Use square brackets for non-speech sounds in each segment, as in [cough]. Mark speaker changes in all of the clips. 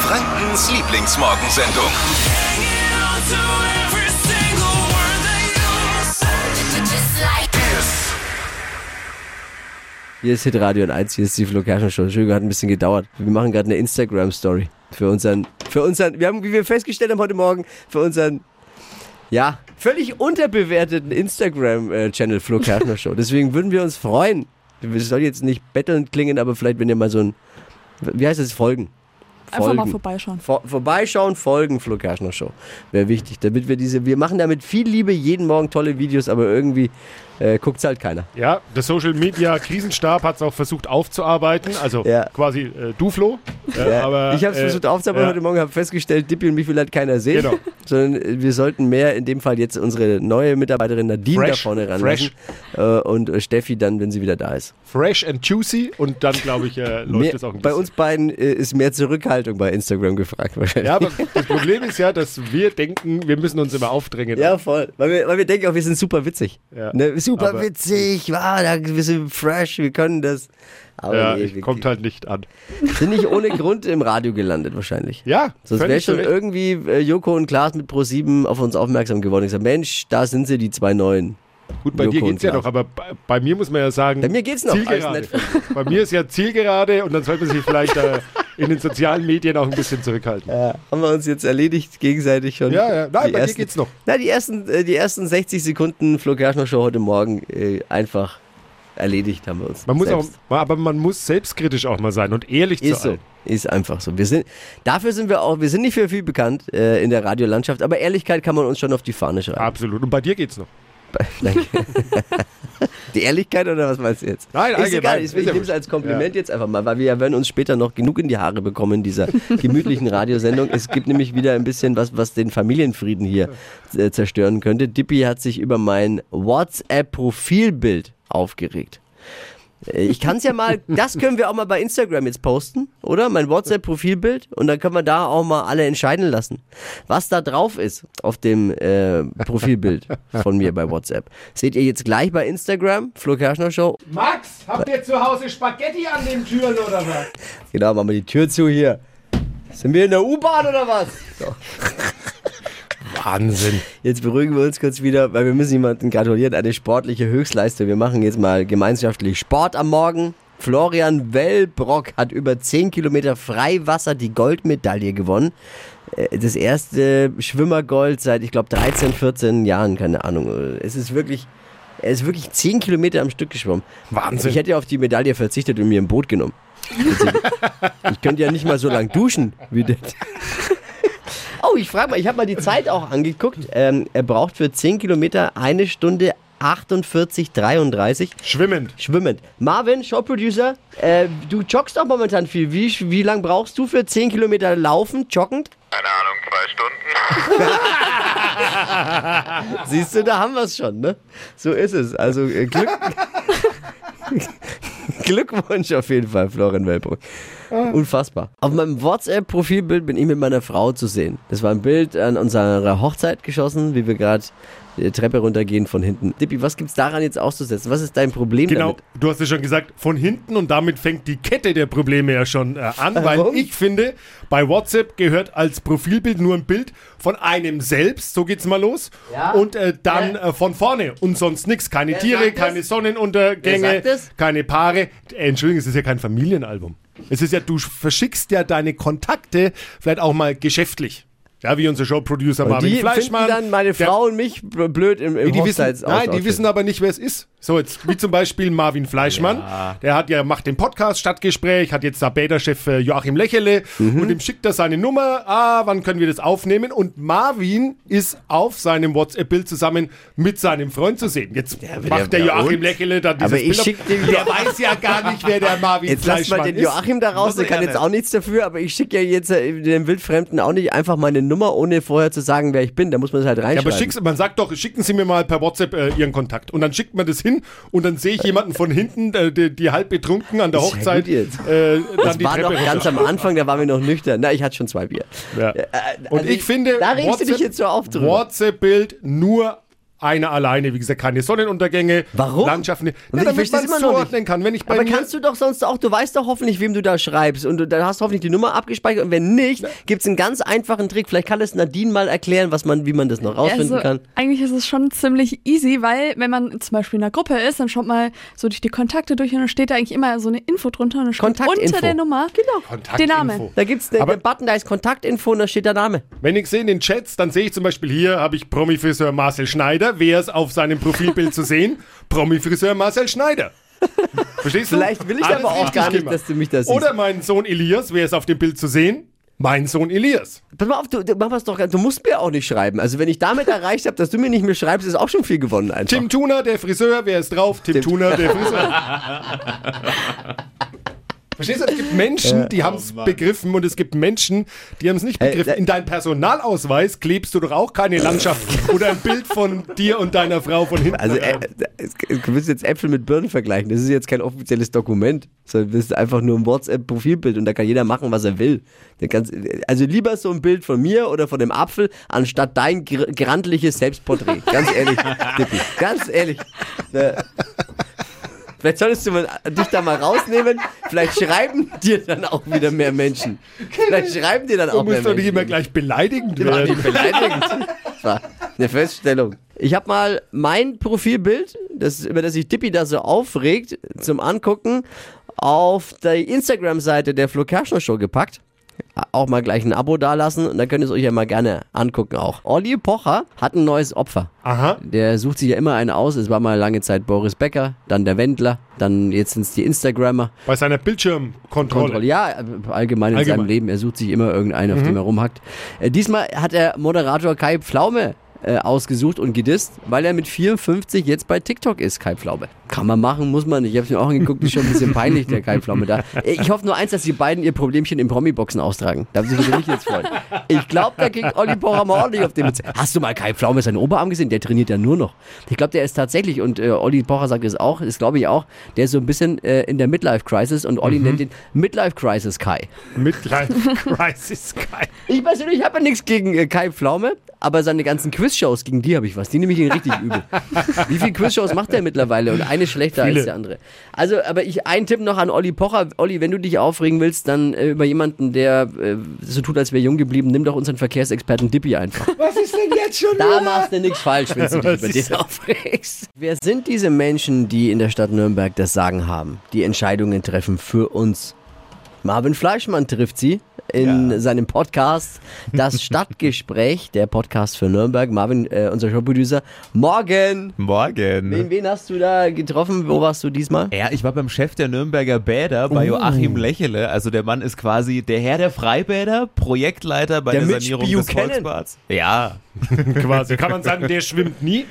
Speaker 1: Frankens Lieblingsmorgensendung.
Speaker 2: Hier ist Hitradio und 1, hier ist die Flo Kerschner Show. Entschuldigung, hat ein bisschen gedauert. Wir machen gerade eine Instagram-Story für unseren, für unseren, wir haben, wie wir festgestellt haben heute Morgen, für unseren, ja, völlig unterbewerteten Instagram-Channel Flo Kerschner Show. Deswegen würden wir uns freuen. Es soll jetzt nicht bettelnd klingen, aber vielleicht, wenn ihr mal so ein, wie heißt das, Folgen?
Speaker 3: Einfach mal vorbeischauen.
Speaker 2: Vor, vorbeischauen, folgen, Flo Kerschner Show. Wäre wichtig, damit wir diese, wir machen damit viel Liebe, jeden Morgen tolle Videos, aber irgendwie äh, guckt's halt keiner.
Speaker 4: Ja, der Social Media Krisenstab hat es auch versucht aufzuarbeiten. Also
Speaker 2: Ja.
Speaker 4: quasi äh, Duflo. Äh,
Speaker 2: Ja,
Speaker 4: aber,
Speaker 2: ich habe es
Speaker 4: äh,
Speaker 2: versucht aufzuarbeiten
Speaker 4: ja.
Speaker 2: heute Morgen, habe festgestellt, Dippi und mich will halt keiner sehen,
Speaker 4: Genau.
Speaker 2: [laughs] sondern äh, wir sollten mehr in dem Fall jetzt unsere neue Mitarbeiterin Nadine da
Speaker 4: Fresh,
Speaker 2: vorne ranlassen
Speaker 4: fresh.
Speaker 2: äh, und äh, Steffi dann, wenn sie wieder da ist.
Speaker 4: Fresh and juicy und dann, glaube
Speaker 2: [laughs]
Speaker 4: ich, äh,
Speaker 2: Mehr,
Speaker 4: läuft es auch ein bisschen.
Speaker 2: bei uns beiden äh, ist mehr Zurückhaltung bei Instagram gefragt wahrscheinlich.
Speaker 4: ja, aber das Problem ist ja, dass wir denken, wir müssen uns immer aufdrängen.
Speaker 2: Ja, voll. Weil wir, weil wir denken auch, wir sind super witzig.
Speaker 4: Ja.
Speaker 2: Ne? Super
Speaker 4: Aber-
Speaker 2: witzig, wow, da, wir sind fresh, wir können das. Aber
Speaker 4: Ja,
Speaker 2: nee,
Speaker 4: ich-
Speaker 2: wir
Speaker 4: kommt halt nicht an.
Speaker 2: sind nicht ohne Grund im Radio gelandet wahrscheinlich.
Speaker 4: Ja,
Speaker 2: Sonst
Speaker 4: völlig
Speaker 2: wäre schon
Speaker 4: zurecht.
Speaker 2: irgendwie äh, Joko und Klaas mit Pro7 auf uns aufmerksam geworden. Ich sage, Mensch, da sind sie, die zwei Neuen.
Speaker 4: Gut, bei
Speaker 2: Joko
Speaker 4: dir
Speaker 2: und
Speaker 4: geht's ja
Speaker 2: Klaas.
Speaker 4: noch, aber bei, bei mir muss man ja sagen,
Speaker 2: Bei mir geht's noch,
Speaker 4: Zielgerade.
Speaker 2: alles
Speaker 4: [laughs] Bei mir ist ja Zielgerade und dann sollte man sich vielleicht äh, in den sozialen Medien auch ein bisschen zurückhalten.
Speaker 2: Ja. Haben wir uns jetzt erledigt gegenseitig schon.
Speaker 4: Ja, ja. Nein,
Speaker 2: Die
Speaker 4: bei dir
Speaker 2: ersten-
Speaker 4: geht's noch.
Speaker 2: Na, die ersten, äh, die ersten 60 Sekunden Flo Kerschner Show heute Morgen äh, einfach erledigt haben wir uns.
Speaker 4: Man muss auch,
Speaker 2: selbst.
Speaker 4: aber man muss selbstkritisch auch mal sein und ehrlich zu
Speaker 2: Ist so.
Speaker 4: sein.
Speaker 2: Ist einfach so. Wir sind, dafür sind wir auch, wir sind nicht für viel bekannt äh, in der Radiolandschaft, aber Ehrlichkeit kann man uns schon auf die Fahne schreiben.
Speaker 4: Absolut. Und bei dir geht's noch.
Speaker 2: Danke. die Ehrlichkeit oder was meinst du jetzt?
Speaker 4: Nein,
Speaker 2: ist
Speaker 4: allgemein.
Speaker 2: egal. Ich,
Speaker 4: Ist
Speaker 2: ich nehme
Speaker 4: ja
Speaker 2: es
Speaker 4: wurscht.
Speaker 2: als Kompliment jetzt einfach mal, weil wir werden uns später noch genug in die Haare bekommen in
Speaker 4: [laughs]
Speaker 2: dieser gemütlichen Radiosendung. Es gibt nämlich wieder ein bisschen was, was den Familienfrieden hier äh, zerstören könnte. Dippy hat sich über mein WhatsApp-Profilbild aufgeregt. Äh, Ich kann es ja
Speaker 4: [laughs]
Speaker 2: mal, das können wir auch mal bei Instagram jetzt posten, oder? Mein WhatsApp-Profilbild. Und dann können wir da auch mal alle entscheiden lassen, was da drauf ist auf dem äh, Profilbild von mir bei WhatsApp. Seht ihr jetzt gleich bei Instagram, Flo Kerschner Show.
Speaker 5: Max, habt ihr zu Hause Spaghetti an den Türen oder was?
Speaker 2: Genau, machen wir die Tür zu hier. Sind wir in der U-Bahn oder was? So.
Speaker 4: Wahnsinn.
Speaker 2: Jetzt beruhigen wir uns kurz wieder, weil wir müssen jemanden gratulieren. Eine sportliche Höchstleistung. Wir machen jetzt mal gemeinschaftlich Sport am Morgen. Florian Wellbrock hat über 10 Kilometer Freiwasser die Goldmedaille gewonnen. Äh, Das erste Schwimmergold seit, ich glaube, 13, 14 Jahren, keine Ahnung. Es ist wirklich, er ist wirklich 10 Kilometer am Stück geschwommen.
Speaker 4: Wahnsinn.
Speaker 2: Ich hätte ja auf die Medaille verzichtet und mir ein Boot genommen. Ich könnte ja nicht mal so lang duschen wie das. Oh, ich frage mal, ich habe mal die Zeit auch angeguckt. Ähm, er braucht für 10 Kilometer eine Stunde 48,33
Speaker 4: Schwimmend.
Speaker 2: schwimmend. Marvin, Showproducer, äh, du joggst doch momentan viel. Wie, wie lang brauchst du für 10 Kilometer laufen, joggend?
Speaker 6: Keine Ahnung, zwei Stunden.
Speaker 2: Siehst du, da haben wir es schon, ne? So ist es. Also äh, Glück [laughs] Glückwunsch auf jeden Fall, Florian Wellbrock. Unfassbar. Auf meinem WhatsApp-Profilbild bin ich mit meiner Frau zu sehen. Das war ein Bild an unserer Hochzeit geschossen, wie wir gerade die Treppe runtergehen von hinten. Dippi, was gibt's daran jetzt auszusetzen? Was ist dein Problem
Speaker 4: Genau,
Speaker 2: damit?
Speaker 4: du hast es schon gesagt, von hinten und damit fängt die Kette der Probleme ja schon äh, an,
Speaker 2: Warum?
Speaker 4: weil ich finde, bei WhatsApp gehört als Profilbild nur ein Bild von einem selbst, so geht's mal los, und äh, dann äh, von vorne und sonst nichts, keine Tiere,
Speaker 2: sagt das?
Speaker 4: keine Sonnenuntergänge,
Speaker 2: Wer sagt das?
Speaker 4: keine Paare. Äh, Entschuldigung, es ist ja kein Familienalbum. Es ist ja, du verschickst ja deine Kontakte vielleicht auch mal geschäftlich. Ja, wie unser Showproducer
Speaker 2: Und
Speaker 4: Marvin
Speaker 2: die finden
Speaker 4: Fleischmann.
Speaker 2: dann meine
Speaker 4: der-
Speaker 2: Frau und mich bl- blöd im, im
Speaker 4: Äh, die wissen,
Speaker 2: Hochzeits-
Speaker 4: nein, die
Speaker 2: Outfit.
Speaker 4: wissen aber nicht, wer es ist. So jetzt, wie zum Beispiel Marvin Fleischmann. Der hat ja, macht den Podcast Stadtgespräch, hat jetzt da Bäderchef äh, Joachim Lächele
Speaker 2: Mhm.
Speaker 4: und dem schickt er seine Nummer. Ah, wann können wir das aufnehmen? Und Marvin ist auf seinem WhatsApp-Bild zusammen mit seinem Freund zu sehen. Jetzt macht der,
Speaker 2: ja,
Speaker 4: Joachim
Speaker 2: und?
Speaker 4: Lächele da dieses
Speaker 2: Aber ich
Speaker 4: Bild ab.
Speaker 2: schick dem
Speaker 4: Der
Speaker 2: Jo-
Speaker 4: weiß ja gar nicht, wer der Marvin
Speaker 2: Jetzt lass
Speaker 4: Fleischmann
Speaker 2: mal den
Speaker 4: ist.
Speaker 2: Joachim da raus,
Speaker 4: Muss
Speaker 2: der
Speaker 4: er
Speaker 2: kann
Speaker 4: ja
Speaker 2: jetzt
Speaker 4: nicht.
Speaker 2: auch nichts dafür, aber ich schicke ja jetzt äh, dem Wildfremden auch nicht einfach meine Nummer, ohne vorher zu sagen, wer ich bin. Da muss man es halt
Speaker 4: Ja,
Speaker 2: reinschreiben.
Speaker 4: aber schick's, man sagt doch, schicken Sie mir mal per WhatsApp äh, Ihren Kontakt. Und dann schickt man das hin und dann sehe ich jemanden von hinten, äh, die, die halb betrunken an der
Speaker 2: Ist ja
Speaker 4: Hochzeit.
Speaker 2: gut jetzt.
Speaker 4: Äh, dann
Speaker 2: das
Speaker 4: die
Speaker 2: war
Speaker 4: Treppe
Speaker 2: doch ganz
Speaker 4: runter.
Speaker 2: am Anfang, da waren wir noch nüchtern. Na, ich hatte schon zwei Bier.
Speaker 4: Ja.
Speaker 2: Äh,
Speaker 4: Und
Speaker 2: also
Speaker 4: ich finde,
Speaker 2: Da regst du dich
Speaker 4: WhatsApp-
Speaker 2: jetzt so auf drüber.
Speaker 4: WhatsApp-Bild nur einer alleine. Wie gesagt, keine Sonnenuntergänge.
Speaker 2: Warum?
Speaker 4: Landschaften. Ja,
Speaker 2: ich
Speaker 4: damit
Speaker 2: versteh's
Speaker 4: man
Speaker 2: immer noch nicht.
Speaker 4: zuordnen kann. Wenn ich bei
Speaker 2: Aber
Speaker 4: mir
Speaker 2: kannst du doch sonst auch, du weißt doch hoffentlich, wem du da schreibst und du, dann hast du hoffentlich die Nummer abgespeichert und wenn nicht, gibt's einen ganz einfachen Trick. Vielleicht kann es Nadine mal erklären, was man, wie man das noch rausfinden
Speaker 3: also,
Speaker 2: kann.
Speaker 3: Eigentlich ist es schon ziemlich easy, weil wenn man zum Beispiel in einer Gruppe ist, dann schaut mal so durch die Kontakte durch und dann steht da eigentlich immer so eine Info drunter und dann steht
Speaker 2: Kontaktinfo.
Speaker 3: unter der Nummer
Speaker 4: Kontaktinfo.
Speaker 3: der Name.
Speaker 2: Da gibt's den
Speaker 4: Aber-
Speaker 2: den Button, da ist Kontaktinfo und da steht der Name.
Speaker 4: Wenn ich sehe in den Chats, dann sehe ich zum Beispiel hier, habe ich Promi-Friseur Marcel Schneider. Wer ist auf seinem Profilbild zu sehen? Promi-Friseur Marcel Schneider. Verstehst du?
Speaker 2: Vielleicht will ich aber auch
Speaker 4: richtig
Speaker 2: gar nicht,
Speaker 4: gemacht.
Speaker 2: dass du mich da siehst.
Speaker 4: Oder mein Sohn Elias. Wer ist auf dem Bild zu sehen? Mein Sohn Elias.
Speaker 2: Pass mal auf, du, du, mach was doch, du musst mir auch nicht schreiben. Also wenn ich damit erreicht habe, dass du mir nicht mehr schreibst, ist auch schon viel gewonnen einfach.
Speaker 4: Tim Tuner, der Friseur. Wer ist drauf? Tim,
Speaker 2: Tim-
Speaker 4: Tuner, der Friseur. Verstehst du? Es gibt
Speaker 2: Äh,
Speaker 4: Menschen,
Speaker 2: oh
Speaker 4: die haben es begriffen und es gibt Menschen, die haben es nicht
Speaker 2: Hey,
Speaker 4: begriffen.
Speaker 2: da-
Speaker 4: In deinem Personalausweis klebst du doch auch keine Landschaft oder ein Bild von dir und deiner Frau von hinten.
Speaker 2: Also
Speaker 4: rein.
Speaker 2: äh, es- du willst jetzt Äpfel mit Birnen vergleichen. Das ist jetzt kein offizielles Dokument, sondern das ist einfach nur ein WhatsApp-Profilbild und da kann jeder machen, was er will. Der ganz, also lieber so ein Bild von mir oder von dem Apfel, anstatt dein gr- grandliches Selbstporträt. Ganz
Speaker 4: [laughs]
Speaker 2: ehrlich, Dippi. Ganz ehrlich. Äh, Vielleicht solltest du mal, dich da mal rausnehmen. Vielleicht schreiben dir dann auch wieder mehr Menschen. Vielleicht schreiben dir dann
Speaker 4: Du
Speaker 2: auch mehr
Speaker 4: musst doch nicht
Speaker 2: Menschen.
Speaker 4: immer gleich beleidigend
Speaker 2: Die war
Speaker 4: werden.
Speaker 2: nicht beleidigend. Das war eine Feststellung. Ich habe mal mein Profilbild, das, über das sich Dippy da so aufregt, zum Angucken, auf die Instagram-Seite der Flo Kerschner Show gepackt. Auch mal gleich ein Abo dalassen und dann könnt ihr es euch ja mal gerne angucken auch. Olli Pocher hat ein neues Opfer.
Speaker 4: Aha.
Speaker 2: Der sucht sich ja immer einen aus. Es war mal lange Zeit Boris Becker, dann der Wendler, dann jetzt sind es die Instagrammer.
Speaker 4: Bei seiner Bildschirmkontrolle.
Speaker 2: Kontrolle. Ja, allgemein in
Speaker 4: Allgemein.
Speaker 2: seinem Leben. Er sucht sich immer irgendeinen, auf dem er rumhackt. Äh, diesmal hat er Moderator Kai Pflaume äh, ausgesucht und gedisst, weil er mit 54 jetzt bei TikTok ist, Kai Pflaume. Kann man machen, muss man nicht. Ich habe mir auch angeguckt, ist schon ein bisschen peinlich, der Kai Pflaume da. Äh, Ich hoffe nur eins, dass die beiden ihr Problemchen in Promi-Boxen austragen. Da würde ich mich jetzt freuen. Ich glaube, da kriegt Olli Pocher mal ordentlich auf dem... Hast du mal Kai Pflaume seinen Oberarm gesehen? Der trainiert ja nur noch. Ich glaube, der ist tatsächlich, und äh, Olli Pocher sagt es auch, ist glaube ich auch, der ist so ein bisschen äh, in der Midlife-Crisis und Olli nennt ihn Midlife-Crisis Kai. [laughs]
Speaker 4: Midlife Crisis Kai.
Speaker 2: Ich persönlich habe ja nichts gegen äh, Kai Pflaume, aber seine ganzen Quizshows, gegen die habe ich was. Die nehme ich ihn richtig
Speaker 4: [laughs]
Speaker 2: übel. Wie viele Quizshows macht er mittlerweile? Und eine schlechter
Speaker 4: Viele.
Speaker 2: als die andere. Also, aber ich ein Tipp noch an Olli Pocher. Olli, wenn du dich aufregen willst, dann äh, über jemanden, der äh, so tut, als wäre jung geblieben, nimm doch unseren Verkehrsexperten Dippi einfach.
Speaker 4: [laughs] Was ist denn jetzt schon
Speaker 2: Da machst du nichts falsch,
Speaker 4: [laughs]
Speaker 2: wenn du dich
Speaker 4: Was
Speaker 2: über
Speaker 4: ist
Speaker 2: den aufregst. Wer sind diese Menschen, die in der Stadt Nürnberg das Sagen haben, die Entscheidungen treffen für uns? Marvin Fleischmann trifft sie in seinem Podcast Das [laughs] Stadtgespräch, der Podcast für Nürnberg. Marvin, äh, unser Showproducer. Morgen! Wen,
Speaker 7: Morgen.
Speaker 2: wen hast du da getroffen? Wo warst du diesmal?
Speaker 7: Ja, ich war beim Chef der Nürnberger Bäder bei
Speaker 8: Oh.
Speaker 7: Joachim Lächele. Also der Mann ist quasi der Herr der Freibäder, Projektleiter bei
Speaker 2: Der
Speaker 7: der,
Speaker 2: Mitch
Speaker 7: Sanierung des
Speaker 2: Buchanan.
Speaker 7: Volksbads. Ja.
Speaker 4: Quasi. Kann man sagen, der schwimmt nie?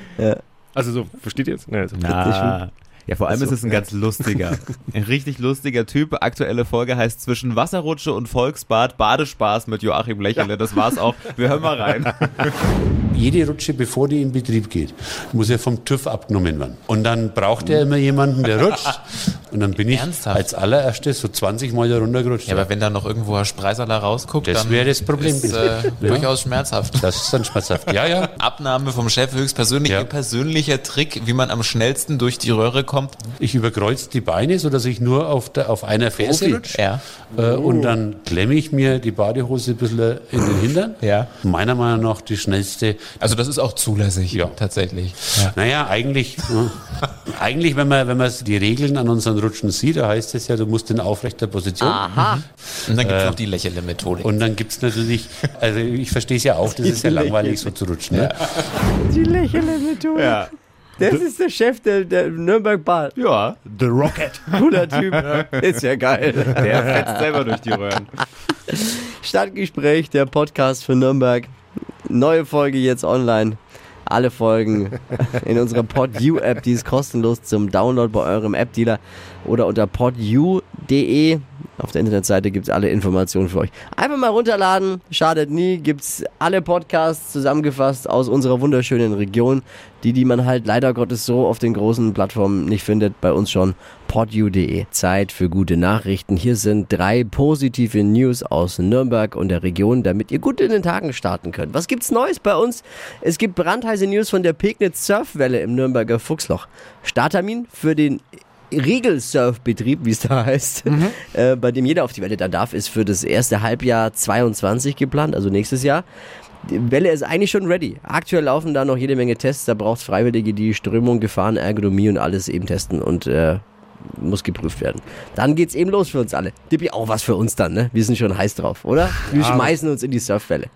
Speaker 4: Also so, versteht ihr jetzt? Nee, also.
Speaker 7: Na. Ah. Ja, vor allem
Speaker 8: Also,
Speaker 7: ist es ein
Speaker 8: [laughs]
Speaker 7: ganz lustiger, ein richtig lustiger Typ. Aktuelle Folge heißt Zwischen Wasserrutsche und Volksbad Badespaß mit Joachim Lächele. Das war's auch. Wir hören mal rein.
Speaker 9: jede Rutsche, bevor die in Betrieb geht, muss ja vom TÜV abgenommen werden. Und dann braucht er immer jemanden, der rutscht. Und dann bin ich
Speaker 8: Ernsthaft?
Speaker 9: als allererstes so 20 Mal da runtergerutscht.
Speaker 8: Ja, aber wenn da noch irgendwo Herr Spreiserler rausguckt,
Speaker 9: Das
Speaker 8: dann
Speaker 9: wäre das Problem
Speaker 8: ist äh,
Speaker 9: gewesen. Ja.
Speaker 8: durchaus schmerzhaft.
Speaker 9: das ist dann schmerzhaft. Ja, ja.
Speaker 8: Abnahme vom Chef höchstpersönlich,
Speaker 9: Ja.
Speaker 8: ihr persönlicher Trick, wie man am schnellsten durch die Röhre kommt.
Speaker 9: Ich überkreuze die Beine, sodass ich nur auf, der, auf einer Ferse
Speaker 8: Profi.
Speaker 9: rutsche.
Speaker 8: Ja.
Speaker 9: Äh, und dann klemme ich mir die Badehose ein bisschen in den Hintern.
Speaker 8: Ja.
Speaker 9: Meiner Meinung nach die schnellste
Speaker 8: Also das ist auch zulässig,
Speaker 9: Ja.
Speaker 8: tatsächlich.
Speaker 9: Naja, eigentlich, ja. eigentlich wenn, man, wenn man die Regeln an unseren Rutschen sieht, da heißt es ja, du musst in aufrechter Position.
Speaker 8: Und dann gibt's noch die Lächele-Methode.
Speaker 9: Und dann gibt's natürlich, also ich verstehe es ja auch, das ist ja langweilig, so zu rutschen. Ne?
Speaker 2: Die Lächeln-Methode.
Speaker 7: Ja.
Speaker 2: Das ist der Chef der, der Nürnberg Bad.
Speaker 7: Ja.
Speaker 4: The Rocket.
Speaker 2: Cooler [laughs] Typ. Ist ja geil.
Speaker 7: Der fetzt selber durch die Röhren.
Speaker 2: Stadtgespräch, der Podcast für Nürnberg. Neue Folge jetzt online. Alle Folgen [laughs] in unserer PodU App, die ist kostenlos zum Download bei eurem App Dealer oder unter podu.de Auf der Internetseite gibt's alle Informationen für euch. Einfach mal runterladen, schadet nie, gibt's alle Podcasts zusammengefasst aus unserer wunderschönen Region, die, die man halt leider Gottes so auf den großen Plattformen nicht findet, bei uns schon podu.de. Zeit für gute Nachrichten. Hier sind drei positive News aus Nürnberg und der Region, damit ihr gut in den Tagen starten könnt. Was gibt's Neues bei uns? Es gibt brandheiße News von der Pegnitz Surfwelle im Nürnberger Fuchsloch. Starttermin für den Regelsurfbetrieb, wie es da [laughs] heißt,
Speaker 4: Mhm.
Speaker 2: äh, bei dem jeder auf die Welle da darf, ist für das erste Halbjahr 22 geplant, also nächstes Jahr. Die Welle ist eigentlich schon ready. Aktuell laufen da noch jede Menge Tests. Da braucht es Freiwillige, die Strömung, Gefahren, Ergonomie und alles eben testen und äh, muss geprüft werden. Dann geht's eben los für uns alle. Dippi, auch was für uns dann, ne? Wir sind schon heiß drauf, oder? Wir schmeißen uns in die Surfwelle.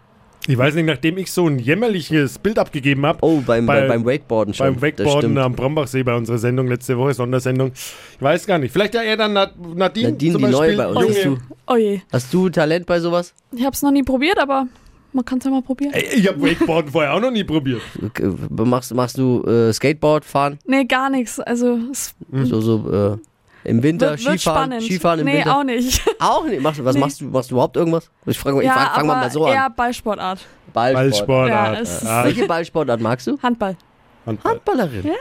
Speaker 4: Ich weiß nicht, nachdem ich so ein jämmerliches Bild abgegeben habe.
Speaker 2: Oh, beim, bei, beim Wakeboarden schon.
Speaker 4: Beim
Speaker 2: Das
Speaker 4: Wakeboarden
Speaker 2: stimmt.
Speaker 4: am Brombachsee bei unserer Sendung letzte Woche, Sondersendung. Ich weiß gar nicht. Vielleicht ja eher dann Nad- Nadine,
Speaker 2: Nadine,
Speaker 4: zum
Speaker 2: die neu
Speaker 4: Beispiel.
Speaker 2: bei uns. Hast du,
Speaker 4: Junge.
Speaker 3: Oh je.
Speaker 2: hast du Talent bei sowas?
Speaker 3: Ich habe es noch nie probiert, aber man kann es ja mal probieren.
Speaker 4: Ey, Ich habe Wakeboarden vorher auch noch nie probiert.
Speaker 2: Äh, Machst, machst du äh, Skateboard fahren?
Speaker 3: Nee, gar nichts. Also es
Speaker 2: So, so äh, im Winter
Speaker 3: wird,
Speaker 2: Skifahren?
Speaker 3: wird spannend.
Speaker 2: Skifahren im
Speaker 3: nee,
Speaker 2: Winter? [laughs]
Speaker 3: auch nicht.
Speaker 2: Auch nicht. Machst, du- was
Speaker 3: Nee.
Speaker 2: machst du? Machst du überhaupt irgendwas? Ich frage
Speaker 3: ja,
Speaker 2: frag, fang
Speaker 3: aber
Speaker 2: mal, mal so
Speaker 3: eher
Speaker 2: an.
Speaker 3: Ballsportart.
Speaker 2: Ballsport.
Speaker 3: Ja, es-
Speaker 4: Ballsportart. Ah,
Speaker 2: Welche Ballsportart magst du?
Speaker 3: Handball.
Speaker 4: Handball.
Speaker 2: Handballerin.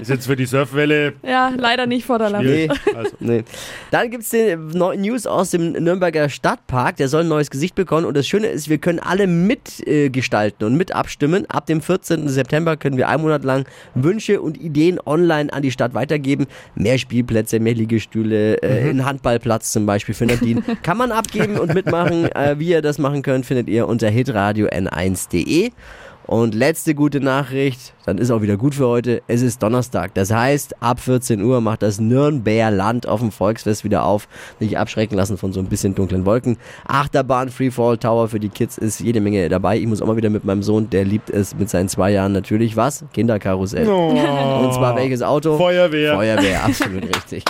Speaker 4: Ist jetzt für die Surfwelle.
Speaker 3: Ja, leider nicht vorderland.
Speaker 2: Nee.
Speaker 4: Also,
Speaker 2: Nee. Dann gibt's den neuen News aus dem Nürnberger Stadtpark. Der soll ein neues Gesicht bekommen. Und das Schöne ist, wir können alle mitgestalten äh, gestalten und mit abstimmen. Ab dem 14. September können wir einen Monat lang Wünsche und Ideen online an die Stadt weitergeben. Mehr Spielplätze, mehr Liegestühle, äh, einen Handballplatz zum Beispiel für Nadine. Kann man abgeben und mitmachen. Äh, wie ihr das machen könnt, findet ihr unter hitradio n1.de. Und letzte gute Nachricht, dann ist auch wieder gut für heute. Es ist Donnerstag. Das heißt, ab 14 Uhr macht das Nürnberger Land auf dem Volksfest wieder auf. Nicht abschrecken lassen von so ein bisschen dunklen Wolken. Achterbahn, Freefall Tower für die Kids ist jede Menge dabei. Ich muss auch mal wieder mit meinem Sohn, der liebt es mit seinen zwei Jahren natürlich was? Kinderkarussell.
Speaker 4: oh.
Speaker 2: [laughs] Und zwar welches Auto?
Speaker 4: Feuerwehr.
Speaker 2: Feuerwehr, absolut richtig.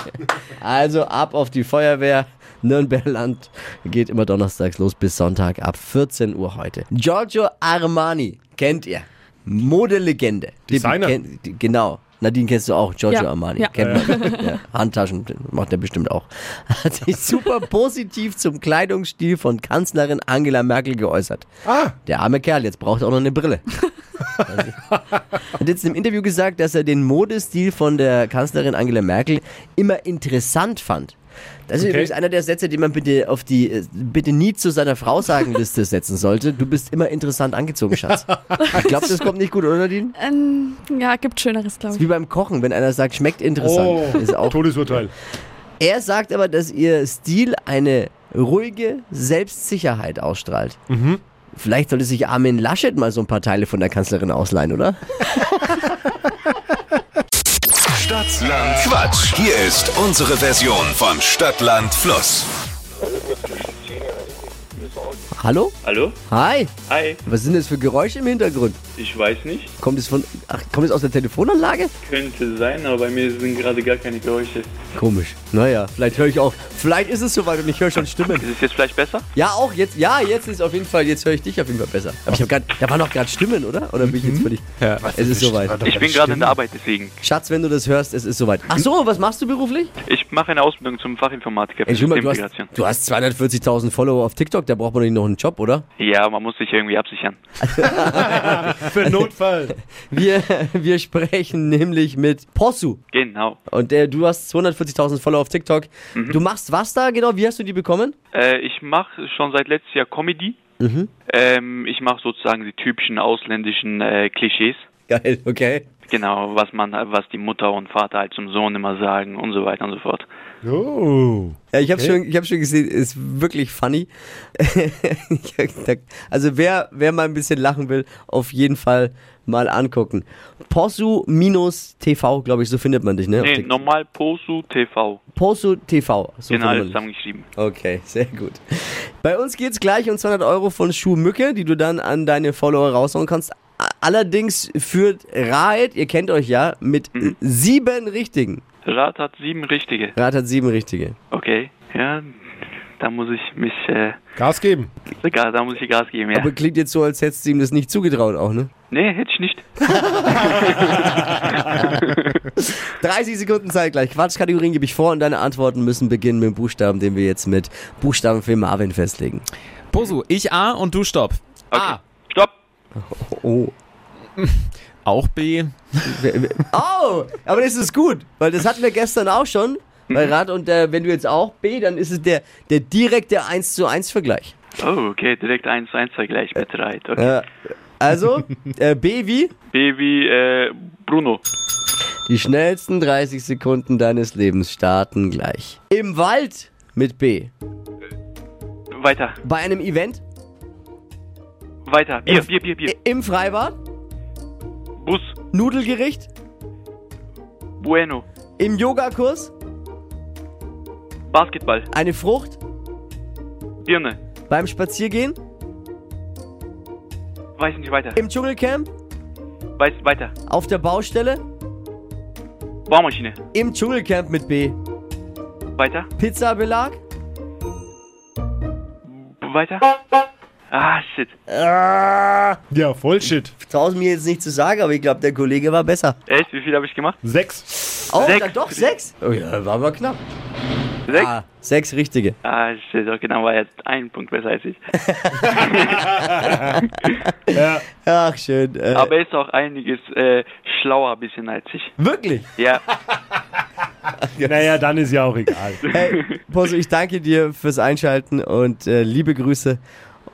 Speaker 2: Also ab auf die Feuerwehr. Nürnbergland geht immer donnerstags los bis Sonntag ab 14 Uhr heute. Giorgio Armani kennt ihr. Modelegende.
Speaker 4: Designer.
Speaker 2: Die- die- die- genau. Nadine kennst du auch, Giorgio
Speaker 3: Ja,
Speaker 2: Armani.
Speaker 3: ja.
Speaker 2: Kennt man. Ja, Handtaschen macht er bestimmt auch. Hat sich
Speaker 3: [laughs]
Speaker 2: super positiv zum Kleidungsstil von Kanzlerin Angela Merkel geäußert.
Speaker 4: Ah,
Speaker 2: Der arme Kerl, jetzt braucht er auch noch eine
Speaker 4: [laughs]
Speaker 2: Brille. hat jetzt im Interview gesagt, dass er den Modestil von der Kanzlerin Angela Merkel immer interessant fand. Das ist
Speaker 4: Okay.
Speaker 2: übrigens einer der Sätze, den man bitte auf die äh, bitte nie zu seiner Frau sagen
Speaker 4: [laughs]
Speaker 2: Liste setzen sollte. Du bist immer interessant angezogen, Schatz. Ich glaube, das kommt nicht gut, oder Nadine?
Speaker 3: Ähm, ja, gibt Schöneres, glaube
Speaker 2: Ist
Speaker 3: ich.
Speaker 2: wie beim Kochen, wenn einer sagt, schmeckt interessant,
Speaker 4: oh.
Speaker 2: ist auch
Speaker 4: Todesurteil.
Speaker 2: er sagt aber, dass ihr Stil eine ruhige Selbstsicherheit ausstrahlt. Vielleicht sollte sich Armin Laschet mal so ein paar Teile von der Kanzlerin ausleihen, oder?
Speaker 1: Stadtland Quatsch. Hier ist unsere Version von Stadtland Fluss.
Speaker 2: Hallo?
Speaker 10: Hallo?
Speaker 2: Hi.
Speaker 10: Hi,
Speaker 2: Was sind das für Geräusche im Hintergrund?
Speaker 10: ich weiß nicht.
Speaker 2: Kommt es von ach, kommt es aus der Telefonanlage?
Speaker 10: Könnte sein, aber bei mir sind gerade gar keine Geräusche.
Speaker 2: Komisch. Naja, vielleicht höre ich auch. Vielleicht ist es soweit und ich höre schon Stimmen.
Speaker 10: Ist es jetzt vielleicht besser?
Speaker 2: Ja, auch jetzt. Ja, jetzt ist auf jeden Fall. Jetzt höre ich dich auf jeden Fall besser. Aber ich habe gerade. Da waren noch gerade Stimmen, oder? Oder bin ich jetzt völlig? Ja. Es ist soweit.
Speaker 10: Ich bin gerade in der Arbeit, deswegen.
Speaker 2: Schatz, wenn du das hörst, es ist soweit. Ach so, was machst du beruflich?
Speaker 10: Ich mache eine Ausbildung zum Fachinformatiker für
Speaker 2: Entschuldigung, du
Speaker 10: Systemintegration.
Speaker 2: hast, du hast 240.000 Follower auf TikTok, da braucht man doch nicht noch einen Job, oder?
Speaker 10: Ja, man muss sich irgendwie absichern.
Speaker 4: Für Notfall.
Speaker 2: Wir, wir sprechen nämlich mit Possu
Speaker 10: Genau.
Speaker 2: und der, du hast 240.000 Follower auf TikTok.
Speaker 10: Mhm.
Speaker 2: Du machst was da genau? Wie hast du die bekommen?
Speaker 10: Äh, ich mache schon seit letztes Jahr Comedy.
Speaker 2: Mhm.
Speaker 10: Ähm, ich mache sozusagen die typischen ausländischen äh, Klischees.
Speaker 2: Geil, okay.
Speaker 10: Genau, was man, was die Mutter und Vater halt zum Sohn immer sagen und so weiter und so fort.
Speaker 4: Oh.
Speaker 2: Ja, ich habe schon, ich hab schon gesehen, ist wirklich [laughs] funny. also wer, wer mal ein bisschen lachen will, auf jeden Fall mal angucken. Possu-TV, glaube ich, so findet man dich, ne? auf
Speaker 10: Nee,
Speaker 2: TikTok.
Speaker 10: normal Posu TV.
Speaker 2: Possu TV. So findet
Speaker 10: Genau,
Speaker 2: man
Speaker 10: alles
Speaker 2: dich.
Speaker 10: zusammengeschrieben.
Speaker 2: Okay, sehr gut. Bei uns geht's gleich um 200 Euro von Schuhmücke, die du dann an deine Follower raushauen kannst. A- Allerdings führt Raid, ihr kennt euch ja, mit äh, sieben Richtigen.
Speaker 10: Rat hat sieben richtige.
Speaker 2: Raid hat sieben Richtige.
Speaker 10: Okay, ja, da muss ich mich, äh,
Speaker 4: Gas geben.
Speaker 10: da muss ich Gas geben, ja.
Speaker 2: Aber klingt jetzt so, als hättest du ihm das nicht zugetraut auch, ne?
Speaker 10: Nee, hätte ich nicht.
Speaker 2: 30 Sekunden Zeit gleich. Quatschkategorien gebe ich vor und deine Antworten müssen beginnen mit dem Buchstaben, den wir jetzt mit Buchstaben für Marvin festlegen.
Speaker 7: Bosu, ich A und du Stopp. A.
Speaker 10: Stopp.
Speaker 2: Oh.
Speaker 7: Auch B.
Speaker 2: Oh, aber das ist gut, weil das hatten wir gestern auch schon bei Rad und äh, wenn du jetzt auch B, dann ist es der, der direkte 1 zu 1 Vergleich.
Speaker 10: Oh, okay, direkt 1 zu 1 Vergleich mit Reit. Okay.
Speaker 2: Äh, also, äh, B wie?
Speaker 10: B wie äh, Bruno.
Speaker 2: Die schnellsten 30 Sekunden deines Lebens starten gleich. Im Wald mit B.
Speaker 10: Weiter,
Speaker 2: Bei einem Event?
Speaker 10: weiter. Bier, Bier, Bier, Bier.
Speaker 2: I- Im Freibad?
Speaker 10: Bus.
Speaker 2: Nudelgericht?
Speaker 10: Bueno.
Speaker 2: Im Yogakurs?
Speaker 10: Basketball.
Speaker 2: Eine Frucht?
Speaker 10: Birne.
Speaker 2: Beim Spaziergehen?
Speaker 10: Weiß nicht weiter.
Speaker 2: Im Dschungelcamp?
Speaker 10: Weiß weiter.
Speaker 2: Auf der Baustelle?
Speaker 10: Bohrmaschine.
Speaker 2: Im Dschungelcamp mit B.
Speaker 10: Weiter.
Speaker 2: Pizzabelag?
Speaker 10: Weiter. Ah, shit.
Speaker 4: Ja, voll shit.
Speaker 2: Traust mir jetzt nicht zu sagen, aber ich glaube, der Kollege war besser.
Speaker 10: Echt? Wie viel habe ich gemacht?
Speaker 4: Sechs.
Speaker 2: Oh,
Speaker 10: Sechs.
Speaker 2: dann doch sechs? Oh ja, war aber knapp.
Speaker 10: Sechs?
Speaker 2: Ah, sechs richtige.
Speaker 10: Ah, shit. Okay, dann war jetzt ein Punkt besser als ich.
Speaker 2: Ach, schön. Äh,
Speaker 10: Aber er ist auch einiges äh, schlauer ein bisschen als ich.
Speaker 2: wirklich?
Speaker 10: Ja,
Speaker 4: Naja, dann ist ja auch egal.
Speaker 2: Hey, Poso, ich danke dir fürs Einschalten und äh, liebe Grüße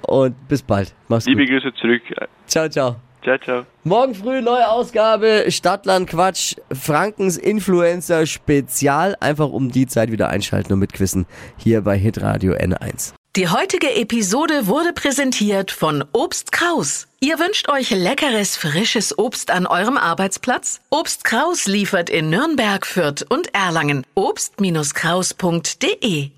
Speaker 2: und bis bald. Mach's
Speaker 10: liebe
Speaker 2: gut.
Speaker 10: Grüße zurück.
Speaker 2: Ciao, ciao.
Speaker 10: Ciao, ciao.
Speaker 2: Morgen früh neue Ausgabe Stadtland Quatsch, Frankens Influencer Spezial. Einfach um die Zeit wieder einschalten und mitquissen hier bei Hitradio N1.
Speaker 11: Die heutige Episode wurde präsentiert von Obst Kraus. Ihr wünscht euch leckeres, frisches Obst an eurem Arbeitsplatz? Obst Kraus liefert in Nürnberg, Fürth und Erlangen. Obst-Kraus.de